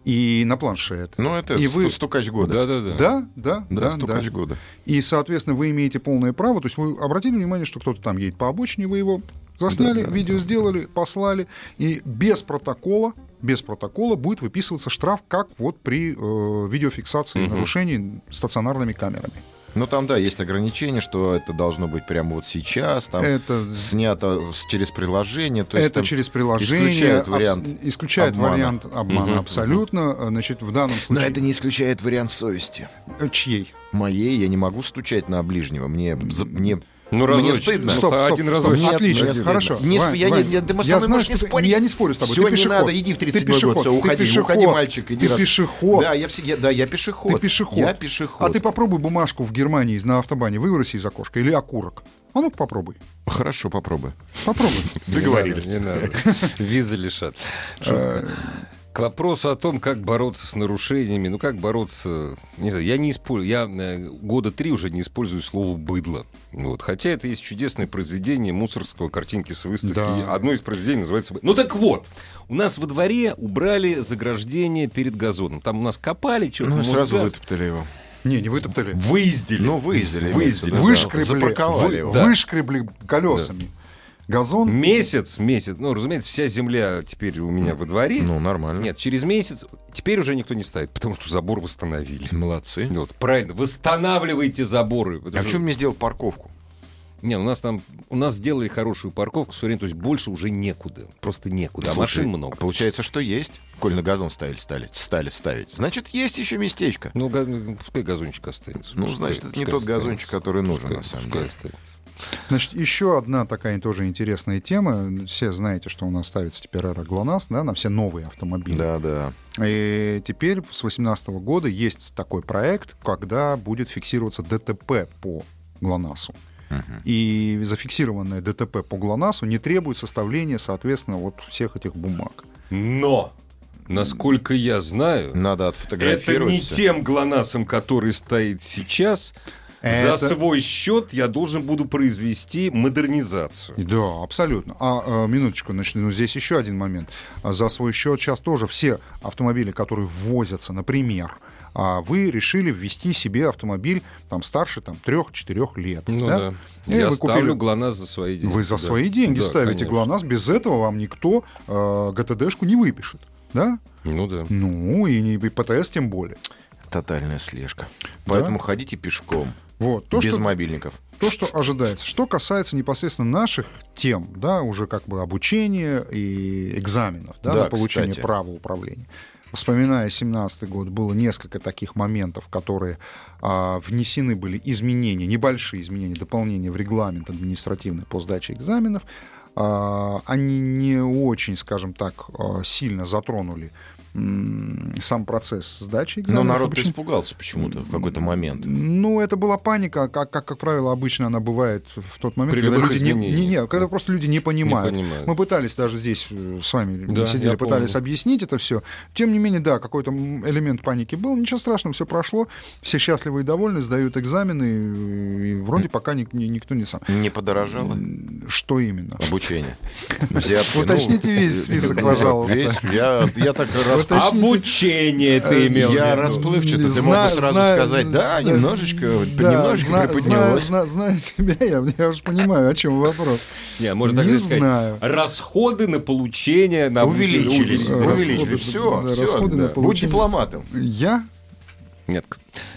S4: и на планшет.
S2: Ну, это
S4: и
S2: и
S4: вы...
S2: стукач года.
S1: Да-да-да.
S4: Да, да,
S2: Да,
S4: да, да.
S2: стукач года.
S4: И, соответственно, вы имеете полное право. То есть вы обратили внимание, что кто-то там едет по обочине, вы его засняли, видео сделали, послали, и без протокола без протокола будет выписываться штраф, как вот при э, видеофиксации нарушений стационарными камерами.
S2: Но Ну, там, да, есть ограничение, что это должно быть прямо вот сейчас, там
S4: Это-
S2: снято с- через приложение. То есть
S4: Это
S2: там
S4: через приложение
S2: исключает
S4: абс-
S2: вариант
S4: исключает
S2: обмана.
S4: вариант обмана абсолютно. Значит, в данном
S2: Но
S4: случае
S2: это не исключает вариант совести.
S4: Э, чьей?
S2: Моей я не могу стучать на ближнего. Мне, за- мне,
S1: Ну,
S2: мне
S1: разочек.
S2: стыдно.
S1: Стоп,
S4: стоп,
S1: один
S4: стоп,
S1: разочек.
S4: стоп,
S2: Нет,
S4: Отлично,
S2: нет,
S4: хорошо.
S2: нет. Не с-
S4: Вань,
S2: я не-
S4: Вань,
S2: я- ты со
S4: я
S2: мной
S4: знаю,
S2: можешь не
S4: что ты-
S2: спорить.
S4: Я не спорю с тобой.
S2: Всё,
S4: ты
S2: не
S4: пешеход.
S2: надо, иди в 37-й
S4: Ты
S2: год,
S4: пешеход,
S2: всё,
S4: ты
S2: уходи,
S4: пешеход,
S2: уходи, мальчик, иди
S4: Ты
S2: раз-
S4: пешеход.
S2: Да, я, все, я- да, я пешеход.
S4: Ты пешеход.
S2: Я пешеход.
S4: А ты попробуй бумажку в Германии из- на автобане выброси из окошка или окурок. А ну-ка попробой.
S2: Хорошо, попробуй.
S4: Попробуй.
S1: Договорились. Не надо. Визы лишат. Шутка. К вопросу о том, как бороться с нарушениями, ну как бороться, не знаю, я не использую, я э, года три уже не использую слово быдло, вот, хотя это есть чудесное произведение Мусорского картинки с выставки,
S4: Да.
S1: И одно из произведений называется «Бы-». Ну так вот, у нас во дворе убрали заграждение перед газоном, там у нас копали, черт,
S2: Ну,
S1: мосгаз.
S2: сразу вытоптали его.
S4: Не, не вытоптали.
S1: выездили,
S2: Ну,
S1: Выездили.
S2: выездили. имеется в виду, да.
S4: Выскребли.
S2: Запарковали
S4: Вы-
S2: его.
S1: да.
S4: Выскребли колесами. Газон.
S1: месяц, месяц, ну разумеется, вся земля теперь у меня во дворе,
S2: Ну, нормально.
S1: Нет, через месяц теперь уже никто не ставит, потому что забор восстановили.
S2: Молодцы.
S1: Вот, правильно, восстанавливайте заборы. Это
S2: А
S1: же-
S2: почему мне сделал парковку?
S1: Не, у нас там, у нас сделали хорошую парковку все время, то есть больше уже некуда, просто некуда, а
S2: Слушай,
S1: машин
S2: а
S1: много.
S2: Получается, что есть. Коль на газон ставили, стали, стали ставить. Значит, есть еще местечко.
S1: Ну, га- ну, пускай газончик остается.
S2: Ну,
S1: Пускай-
S2: значит, это
S1: пускай
S2: не тот
S1: остается.
S2: газончик, который нужен,
S1: Пускай-
S2: на самом
S1: пускай
S2: деле.
S1: остается.
S4: Значит, еще одна такая тоже интересная тема. Все знаете, что у нас ставится теперь аэроглонасс, да, на все новые автомобили.
S2: Да, да.
S4: И теперь с 2018 года есть такой проект, когда будет фиксироваться ДТП по ГЛОНАССу. И зафиксированное ДТП по ГЛОНАССу не требует составления, соответственно, вот всех этих бумаг.
S1: Но, насколько я знаю,
S2: Надо
S1: это
S2: отфотографировать.
S1: не
S2: всё.
S1: тем глонасом, который стоит сейчас.
S4: Это-
S1: За свой счет я должен буду произвести модернизацию.
S4: И Да, абсолютно. А э, минуточку, значит, ну, здесь еще один момент. А За свой счет сейчас тоже все автомобили, которые ввозятся, например, а вы решили ввести себе автомобиль там старше там 3-4 лет.
S1: Ну да.
S4: И
S1: Я
S4: вы купили-
S1: ставлю ГЛОНАСС за свои деньги.
S4: Вы за
S1: да.
S4: свои деньги
S1: Да,
S4: ставите
S1: конечно.
S4: ГЛОНАСС, без этого вам никто э, ГТДшку не выпишет, да?
S1: Ну да.
S4: Ну, и, не- и ПТС тем более.
S2: Тотальная слежка. Поэтому ходите пешком.
S4: Вот, то,
S2: без
S4: что,
S2: мобильников.
S4: то, что ожидается. Что касается непосредственно наших тем, да, уже как бы обучения и экзаменов, да,
S2: Да,
S4: на получение
S2: кстати.
S4: права управления. Вспоминая 17 год, было несколько таких моментов, которые а, внесены были изменения, небольшие изменения, дополнения в регламент административный по сдаче экзаменов. А, они не очень, скажем так, а, сильно затронули м, сам процесс сдачи
S2: Но
S4: экзаменов.
S2: народ
S4: обычно.
S2: испугался почему-то в какой-то момент.
S4: Ну, это была паника, как, как, как правило, обычно она бывает в тот момент,
S1: При
S4: когда
S1: любых
S4: люди не,
S1: изменениях.
S4: не- не, когда просто люди не понимают.
S1: Не понимают.
S4: Мы пытались даже здесь э, с вами
S1: Да,
S4: сидели,
S1: я
S4: пытались
S1: помню.
S4: объяснить это все. Тем не менее, да, какой-то м, элемент паники был. Ничего страшного, все прошло. Все счастливы и довольны, сдают экзамены, э, и вроде пока ни- ни- никто не сам.
S2: Не подорожало
S4: Что именно?
S2: обучение. Взятки, ну,
S4: Уточните весь список, пожалуйста.
S2: весь- я, я так раз...
S4: Уточните.
S1: Обучение ты
S4: Э,
S1: имел. в
S2: Я
S1: виду.
S2: расплывчато, ты
S4: Зна-
S2: мог бы сразу
S4: зна-
S2: сказать, да,
S4: да,
S2: немножечко,
S4: Да,
S2: немножечко
S4: зна-
S2: приподнялось.
S4: Знаю, зна- знаю тебя, я, я уже понимаю, о чем вопрос.
S1: Не, можно
S4: не
S1: так сказать.
S4: знаю.
S1: Расходы на получение на обучение увеличились.
S2: увеличились,
S4: Расходы,
S2: увеличились. Все,
S4: да, расходы на
S2: будь
S4: получение.
S2: дипломатом.
S4: Я
S1: Нет,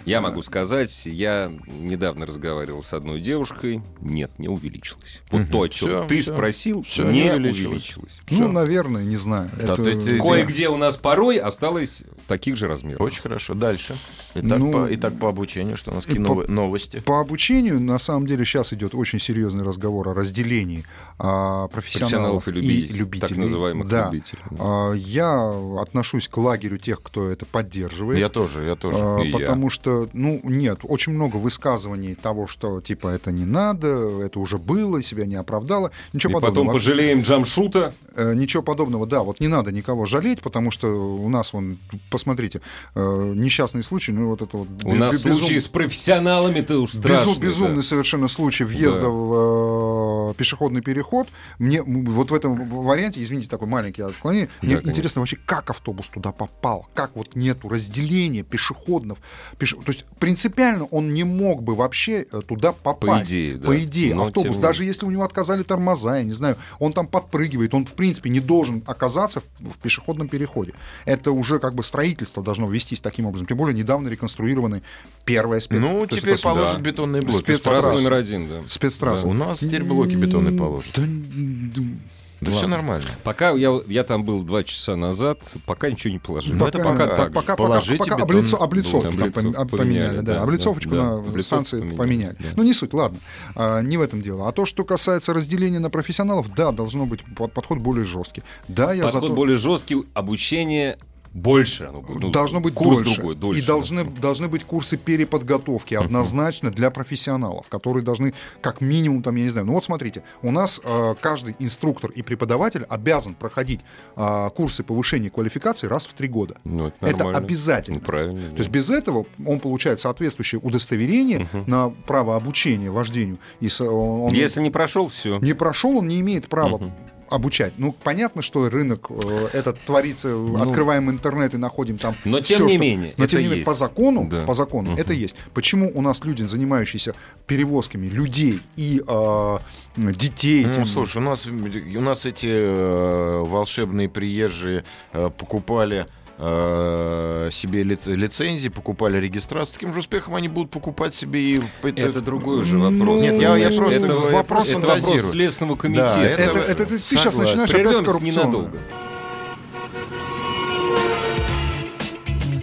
S1: я могу сказать, я недавно разговаривал с одной девушкой. Нет, не увеличилось. Вот то, о чем
S2: Всё,
S1: ты
S2: всё.
S1: спросил,
S2: Всё,
S1: не
S2: не
S1: увеличилось.
S2: увеличилось.
S4: Ну,
S2: Всё.
S4: наверное, не знаю.
S2: Да
S4: Это-
S2: ты- ты-
S1: Кое-где у нас порой осталось таких же размеров.
S2: Очень хорошо. Дальше. Итак,
S4: Ну,
S2: по, итак, по обучению, что у нас
S4: и
S2: какие
S4: по-
S2: ново- новости?
S4: По обучению, на самом деле, сейчас идет очень серьезный разговор о разделении а, профессионалов,
S1: Профессионалов и любителей,
S4: любителей.
S1: так называемых
S4: Да.
S1: любителей.
S4: А, я отношусь к лагерю тех, кто это поддерживает.
S2: Я тоже, я тоже.
S4: А,
S1: И я.
S4: Потому что, ну, нет, очень много высказываний того, что, типа, это не надо, это уже было, себя не оправдало. Ничего
S1: И
S4: подобного.
S1: потом пожалеем Джамшута.
S4: Э, Ничего подобного, да, вот не надо никого жалеть, потому что у нас, вон, посмотрите, э, несчастные случаи, ну, ну вот это вот...
S1: У нас случаи с профессионалами, ты уж страшно.
S4: безумный совершенно случай въезда
S1: Да.
S4: в э, пешеходный переход. Мне м, вот в этом варианте, извините, такой маленький отклонение, мне
S1: конечно.
S4: интересно вообще, как автобус туда попал, как вот нету разделения пешеходов. пеше- То есть принципиально он не мог бы вообще э, туда попасть.
S1: идее, да.
S4: По идее.
S1: Но
S4: автобус,
S1: тем не
S4: даже если у него отказали тормоза, я не знаю, он там подпрыгивает, он в принципе не должен оказаться в, в пешеходном переходе. Это уже как бы строительство должно вестись таким образом. Тем более недавно реконструированный первая спец...
S2: Ну,
S4: то есть
S2: теперь
S4: это
S2: положат
S1: да.
S2: бетонные блоки.
S4: Спецтрасса.
S1: Раз
S4: Раз.
S1: номер один, да.
S4: спецтрасса.
S2: У нас теперь блоки бетонные положат.
S4: Да, м,
S2: Да все нормально.
S1: Пока я, я там был два часа назад, пока ничего не положили.
S2: Ну, это пока
S4: да,
S2: так же.
S4: пока, пока,
S2: Положите
S4: пока
S2: бетон-
S4: облицо- облицовку
S1: Там
S4: там
S1: облицовку
S4: пом-
S1: поменяли,
S4: поменяли, да,
S1: да,
S4: облицовку
S1: да,
S4: на
S1: облицовку
S4: станции
S1: поменяли,
S4: поменяли.
S1: да.
S4: Ну не суть, ладно, А, не в этом дело. А то, что касается разделения на профессионалов, да, должно быть под- подход более жесткий. Да, я
S1: Подход
S4: за то-
S1: более жесткий, обучение больше. оно будет. Ну,
S4: должно быть
S1: курс
S4: дольше.
S1: другой, дольше.
S4: И должны, должны быть курсы переподготовки однозначно для профессионалов, которые должны как минимум, там, я не знаю, ну вот смотрите, у нас э, каждый инструктор и преподаватель обязан проходить э, курсы повышения квалификации раз в три года.
S1: Ну, это,
S4: Это
S1: нормально.
S4: обязательно.
S1: Ну, правильно.
S4: То есть без этого он получает соответствующее удостоверение на право обучения вождению. И со- он он
S1: Ну, Если не прошел, все.
S4: не прошел, он не имеет права обучать. Ну, понятно, что рынок э, этот творится, открываем интернет и находим там.
S1: Ну. Но
S4: всё,
S1: тем не
S4: что-
S1: менее,
S4: но
S1: это
S4: тем не менее,
S1: есть.
S4: по закону,
S1: Да.
S4: по закону это есть. Почему у нас люди, занимающиеся перевозками людей и э, детей,
S2: Ну,
S4: этим-
S2: слушай, у нас, у нас эти э, волшебные приезжие э, покупали э, себе лиц- лицензии, покупали регистрацию. С таким же успехом они будут покупать себе и...
S1: Это другой уже
S4: ну,
S1: вопрос.
S2: Нет, я- я
S1: понимаешь?
S2: просто
S1: это,
S2: вопрос
S1: это
S2: фантазирую.
S1: вопрос Следственного комитета.
S2: Да,
S4: это,
S2: Это-
S4: это ты сейчас
S2: согласен.
S4: начинаешь опять с
S1: Прервемся
S4: коррупционным.
S1: ненадолго.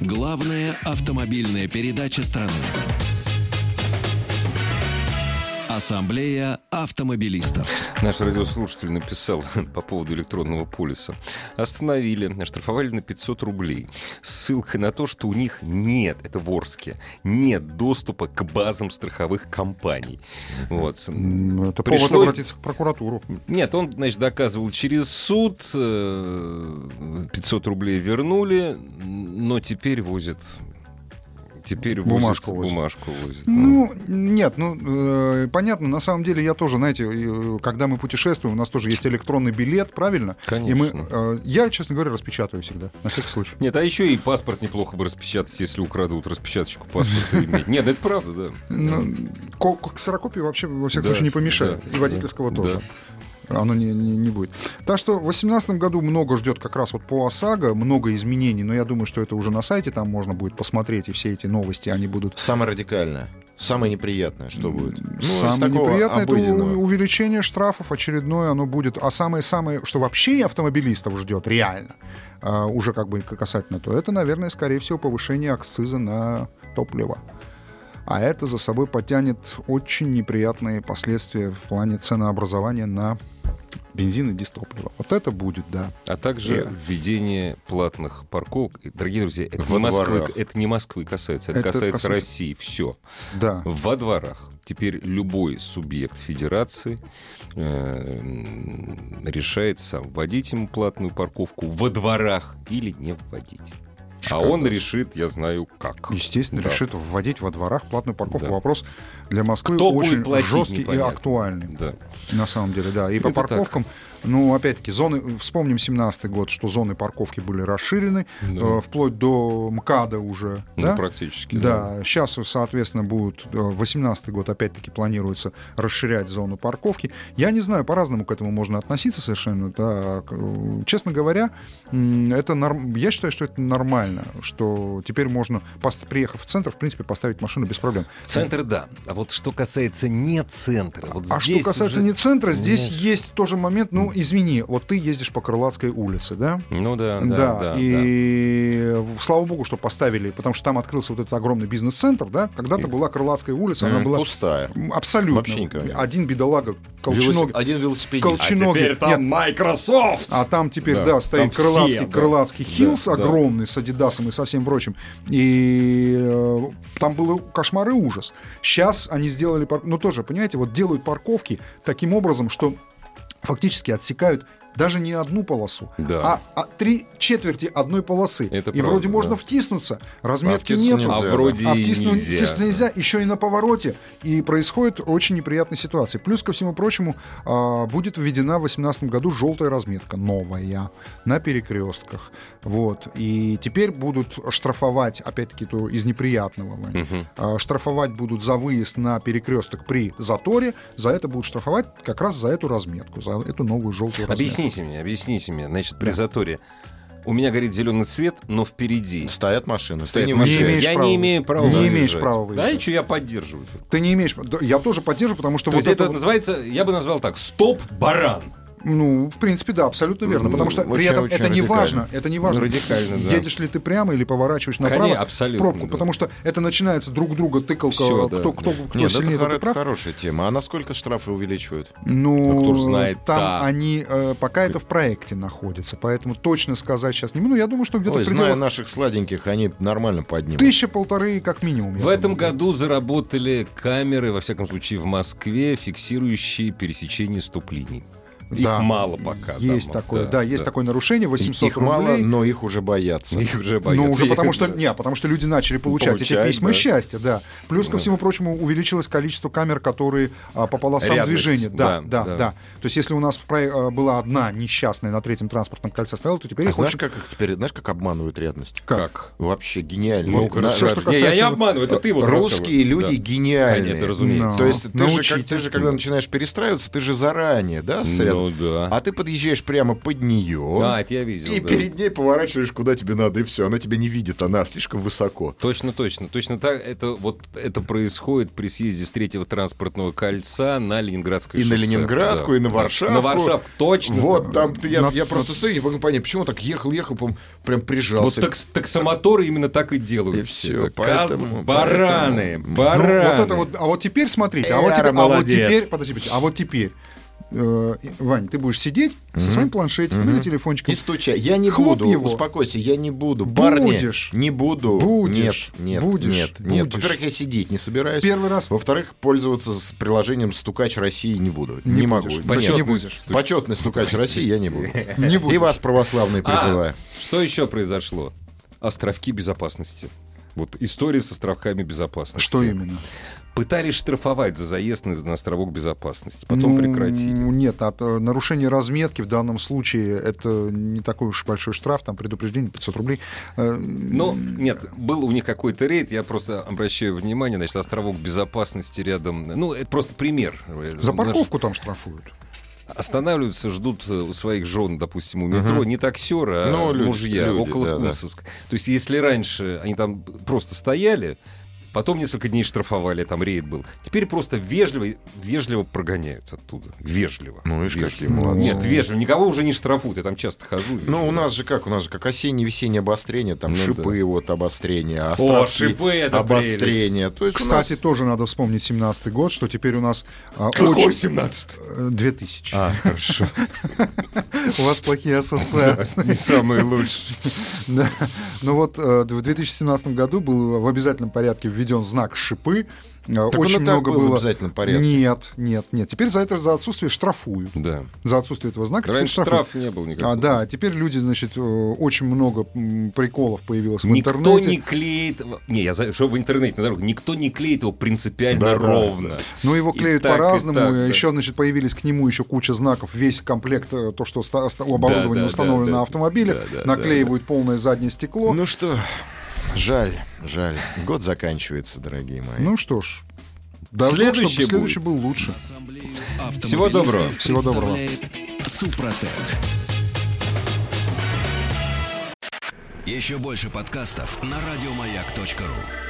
S3: Главная автомобильная передача страны. Ассамблея автомобилистов.
S1: Наш радиослушатель написал по поводу электронного полиса. Остановили, оштрафовали на 500 рублей. С ссылкой на то, что у них нет, это в Орске, нет доступа к базам страховых компаний. Вот.
S4: М, Это повод
S1: Пришлось-
S4: обратиться к прокуратуру.
S1: Нет, он, значит, доказывал через суд, э, 500 рублей вернули, но теперь возят... Теперь возят-
S4: Бумажку возят.
S1: бумажку возят.
S4: Ну, нет, ну, э, понятно, на самом деле я тоже, знаете, э, когда мы путешествуем, у нас тоже есть электронный билет, правильно?
S1: Конечно.
S4: И мы, э, я, честно говоря, распечатываю всегда, на всякий случай.
S1: Нет, а еще и паспорт неплохо бы распечатать, если украдут распечаточку паспорта иметь. Нет, это правда, да.
S4: Ну, ко- ко- ксерокопию вообще, во всяком
S1: Да,
S4: случае, не помешает.
S1: да,
S4: и водительского
S1: да,
S4: тоже. Оно не, не, не будет. Так что в 2018 году много ждет как раз вот по ОСАГО, много изменений, но я думаю, что это уже на сайте, там можно будет посмотреть, и все эти новости, они будут
S2: Самое радикальное. Самое неприятное, что будет. Ну, из
S4: Самое
S2: такого
S4: неприятное это
S2: обыденного.
S4: у- увеличение штрафов очередное оно будет. А самое-самое, что вообще и автомобилистов ждет реально, а, уже как бы к- касательно то, это, наверное, скорее всего, повышение акциза на топливо. А это за собой потянет очень неприятные последствия в плане ценообразования на бензин и дистопливо. Вот это будет, да.
S1: А также
S4: Я.
S1: введение платных парковок. И, Дорогие друзья, это,
S2: Во
S1: не Москвы,
S2: дворах.
S1: это не Москвы касается, это,
S4: Это
S1: касается,
S4: касается-
S1: России. Все.
S4: Да.
S1: Во дворах теперь любой субъект федерации э, м, решает сам, вводить ему платную парковку во дворах или не вводить. А он решит, я знаю, как.
S4: Естественно,
S1: Да.
S4: решит вводить во дворах платную парковку.
S1: Да.
S4: Вопрос для Москвы
S1: Кто будет
S4: очень
S1: платить,
S4: жесткий
S1: непонятно.
S4: и актуальный.
S1: Да.
S4: На самом деле, да. И по
S1: Это так.
S4: парковкам, ну, опять-таки, зоны, вспомним 17 год, что зоны парковки были расширены, э, вплоть до МКАДа уже,
S1: Ну,
S4: да?
S1: практически.
S4: Да, сейчас, соответственно, будут, э, 18 год опять-таки планируется расширять зону парковки. Я не знаю, по-разному к этому можно относиться совершенно. да. К- э, Честно говоря, м, это норм... я считаю, что это нормально, что теперь можно, пост- приехав в центр, в принципе, поставить машину без проблем.
S1: Центр, да. А вот что касается не центра, вот
S4: А
S1: здесь
S4: что касается
S1: уже-
S4: не центра, здесь есть тоже момент, ну, извини, вот ты ездишь по Крылатской улице, да?
S1: Ну да, да, да, да.
S4: и слава богу, что поставили, потому что там открылся вот этот огромный бизнес-центр, да? Когда-то была Крылатская улица, она
S2: М,
S4: была
S2: Пустая.
S4: абсолютно...
S2: Вообще никого нет.
S4: Один бедолага,
S2: Велосип-
S4: колченогий.
S2: Один велосипедист.
S4: Колч- чиноги. Нет.
S1: Microsoft!
S4: А там теперь,
S1: Да,
S4: да,
S1: там
S4: стоит
S1: все,
S4: крылатский,
S1: да.
S4: крылатский хилс
S1: да.
S4: огромный с Адидасом и со всем прочим. И э, там был кошмар и ужас. Сейчас они сделали парк... Ну, тоже, понимаете, вот делают парковки таким образом, что фактически отсекают даже не одну полосу,
S1: Да.
S4: а, а три четверти одной полосы.
S1: Это
S4: и
S1: правда,
S4: вроде можно
S1: да.
S4: втиснуться, разметки
S2: втиснуться
S4: нету.
S2: нельзя,
S1: А
S2: да.
S1: вроде
S4: А
S1: и
S4: втиснуть
S1: нельзя.
S4: втиснуть нельзя, еще и на повороте. И происходит очень неприятная ситуация. Плюс, ко всему прочему, а, будет введена в 2018 году желтая разметка, новая, на перекрестках. Вот. И теперь будут штрафовать, опять-таки, то из неприятного. Вань. А, Штрафовать будут за выезд на перекресток при заторе. За это будут штрафовать как раз за эту разметку, за эту новую желтую разметку.
S1: Объясните мне, объясните мне. Значит, при заторе у меня горит зеленый цвет, но впереди
S2: Стоят машины.
S1: стоят
S2: ты не
S1: машины.
S2: выезжаешь.
S4: имеешь
S1: Я
S4: права.
S1: не имею права
S4: Не имеешь
S1: выезжать.
S4: права
S1: Да,
S4: выезжать.
S1: и что я поддерживаю?
S4: Ты не имеешь... да, Я тоже поддерживаю, потому что
S1: То
S4: вот
S1: есть это,
S4: это вот-
S1: называется, я бы назвал так, стоп-баран.
S4: Ну, в принципе, да, абсолютно верно.
S2: Ну,
S4: Потому что при
S2: очень-
S4: этом
S2: очень
S4: это не
S2: радикально.
S4: важно. Это не важно.
S1: Ну, Радикально, да.
S4: Едешь ли ты прямо или поворачиваешь
S1: Конечно,
S4: направо
S1: абсолютно,
S4: в пробку.
S1: да.
S4: Потому что это начинается друг друга тыкалка,
S1: Всё,
S4: кто,
S1: да,
S4: кто,
S1: да. ну,
S4: кто,
S2: Нет, ну,
S4: сильнее,
S2: это,
S4: тот
S2: хоро-
S4: и прав.
S2: хорошая тема. А насколько штрафы увеличивают?
S4: Ну,
S1: Ну, кто ж знает,
S4: там
S1: да.
S4: они э, пока это в проекте находится, поэтому точно сказать сейчас не могу. Ну, я думаю, что где-то
S2: Ой,
S4: в
S2: зная
S4: пределах
S2: наших сладеньких, они нормально поднимут.
S4: тысяча-полторы как минимум. я
S1: В этом
S4: думаю.
S1: году заработали камеры, во всяком случае в Москве, фиксирующие пересечение стоп-линий. Их
S4: Да.
S1: мало пока.
S4: Есть
S1: Дамов,
S4: такое, да, есть такое нарушение, 800
S2: их
S4: рублей.
S2: мало, но их уже боятся.
S1: Их уже боятся.
S4: Ну, уже потому что,
S1: Да.
S4: не, потому что люди начали получать,
S1: Получать,
S4: эти письма
S1: да.
S4: счастья, да. Плюс, ко
S1: Да.
S4: всему прочему, увеличилось количество камер, которые а, по полосам
S1: Рядность,
S4: движения. Да,
S1: да,
S4: да,
S1: да.
S4: да, То есть, если у нас в прои- а, была одна несчастная на третьем транспортном кольце стояла, то теперь
S2: А
S4: их
S2: знаешь,
S4: очень-
S2: как их теперь, знаешь, как обманывают рядность?
S1: Как?
S2: Вообще гениально.
S1: Ну,
S2: Вот на-
S1: красавчик.
S4: что
S1: Не, я не
S4: касается вот-
S1: обманываю, это ты вот
S2: Русские
S1: рассказывай.
S2: люди
S1: Да.
S2: гениальные.
S1: Конечно, разумеется.
S4: Да.
S2: То есть ты же, как,
S4: Ну, Научите.
S2: ты же, когда начинаешь перестраиваться, ты же заранее, да, с
S1: Ну
S2: рядом?
S1: да.
S2: А ты подъезжаешь прямо под нее.
S1: Да, это я видел.
S2: И
S1: да.
S2: перед ней поворачиваешь, куда тебе надо, и все. Она тебя не видит, она слишком высоко.
S1: Точно, точно. Точно так это вот это происходит при съезде с третьего транспортного кольца на Ленинградское
S2: И на
S1: шоссе.
S2: Ленинградку,
S1: Да.
S2: и на Варшавку.
S1: На Варшавку, точно.
S2: Вот там ты- я,
S4: На-
S2: я просто стою, не могу понять, почему он так ехал, ехал, пом- прям
S1: Вот
S2: прижался.
S1: такс- таксомоторы именно так и делают.
S2: И всё,
S1: Каз-
S2: поэтому-
S1: бараны,
S2: поэтому-
S4: Ну,
S1: бараны.
S4: вот это вот, а вот теперь смотрите, а вот
S2: Эра,
S4: теперь, а вот
S2: молодец.
S4: теперь, подожди, подожди, а вот теперь, э, Вань, ты будешь сидеть со своим планшетиком или телефончиком
S2: И стуча. Я не
S4: Хлоп
S2: буду.
S4: его.
S2: Успокойся, я не буду.
S4: Будешь.
S2: Парни, не буду.
S4: Будешь.
S2: Нет, нет,
S4: Будешь.
S2: нет, нет.
S4: Будешь.
S2: Во-первых, я сидеть не собираюсь.
S4: Первый раз.
S2: Во-вторых, пользоваться с приложением «Стукач России» не буду. Не,
S4: Не
S2: могу.
S4: будешь.
S2: Нет.
S1: Почётный
S4: не будешь.
S1: стуч-
S2: Почетный «Стукач России» я не буду.
S4: Не
S2: И
S4: будешь.
S2: вас, православные,
S1: А,
S2: призываю.
S1: что еще произошло? Островки безопасности. Вот история с островками безопасности.
S4: Что именно?
S1: Пытались штрафовать за заезд на, на островок безопасности. Потом
S4: Ну,
S1: прекратили.
S4: Нет, а, э, нарушение разметки в данном случае это не такой уж большой штраф, там предупреждение 500 рублей. Э,
S1: Но Ну, нет, был у них какой-то рейд, я просто обращаю внимание, значит, островок безопасности рядом. Ну, это просто пример.
S4: За
S1: Знаешь,
S4: парковку там штрафуют.
S1: Останавливаются, ждут э, у своих жен, допустим, у метро, не таксера, а
S2: Ну, люди-
S1: мужья,
S2: люди,
S1: около
S2: да, да.
S1: Кунцевска. То есть, если раньше они там просто стояли, потом несколько дней штрафовали, там рейд был. Теперь просто вежливо, вежливо прогоняют оттуда. Вежливо.
S2: Ну, видишь,
S1: Вежливо.
S2: какие молодцы.
S1: Нет, вежливо. Никого уже не штрафуют. Я там часто хожу.
S2: Ну, у
S1: вежливо.
S2: нас же как? У нас же как осенне-весеннее обострение, там
S1: Ну,
S2: шипы вот обострение,
S1: О,
S2: островки
S1: шипы это прелесть.
S2: обострение. То есть у
S4: Кстати, тоже надо вспомнить 17 год, что теперь у нас а,
S1: Какой
S4: очень-
S1: 17
S4: э, 2000.
S1: А, хорошо.
S4: У вас плохие ассоциации.
S1: Не самый лучший.
S4: Да. Ну вот э, в 2017 году был в обязательном порядке введен знак шипы. Э,
S2: он и
S4: Очень
S2: так
S4: много
S2: был в
S4: было.
S2: обязательном порядке.
S4: Нет, нет, нет. Теперь за это за отсутствие штрафуют.
S1: Да.
S4: За отсутствие этого знака теперь
S1: Раньше
S4: штрафуют.
S1: штраф не был никакого.
S4: А, да, теперь люди, значит, э, очень много м, приколов появилось в
S1: Никто
S4: интернете.
S1: не клеит... Не, я знаю, что в интернете на дорогу. Никто не клеит его принципиально
S2: Да, да,
S1: ровно.
S4: Но Ну, его
S1: И
S4: клеют
S1: так, и
S4: по-разному.
S1: так, да.
S4: Еще, значит, появились к нему еще куча знаков. Весь комплект, э, то, что ста- ста-
S1: Да, да,
S4: оборудование
S1: да,
S4: установлено
S1: да.
S4: на автомобиле,
S1: Да, да, да,
S4: наклеивают полное заднее
S2: нас-
S4: стекло.
S2: Ну что, жаль, жаль. Год заканчивается, дорогие мои.
S4: Ну что ж, дай бог,
S1: Следующее
S4: чтобы следующий был лучше.
S3: Ассамблею
S1: Всего доброго.
S3: автомобилистов
S4: Всего доброго.
S3: представляет Супротек. Еще больше подкастов на радиомаяк.ру.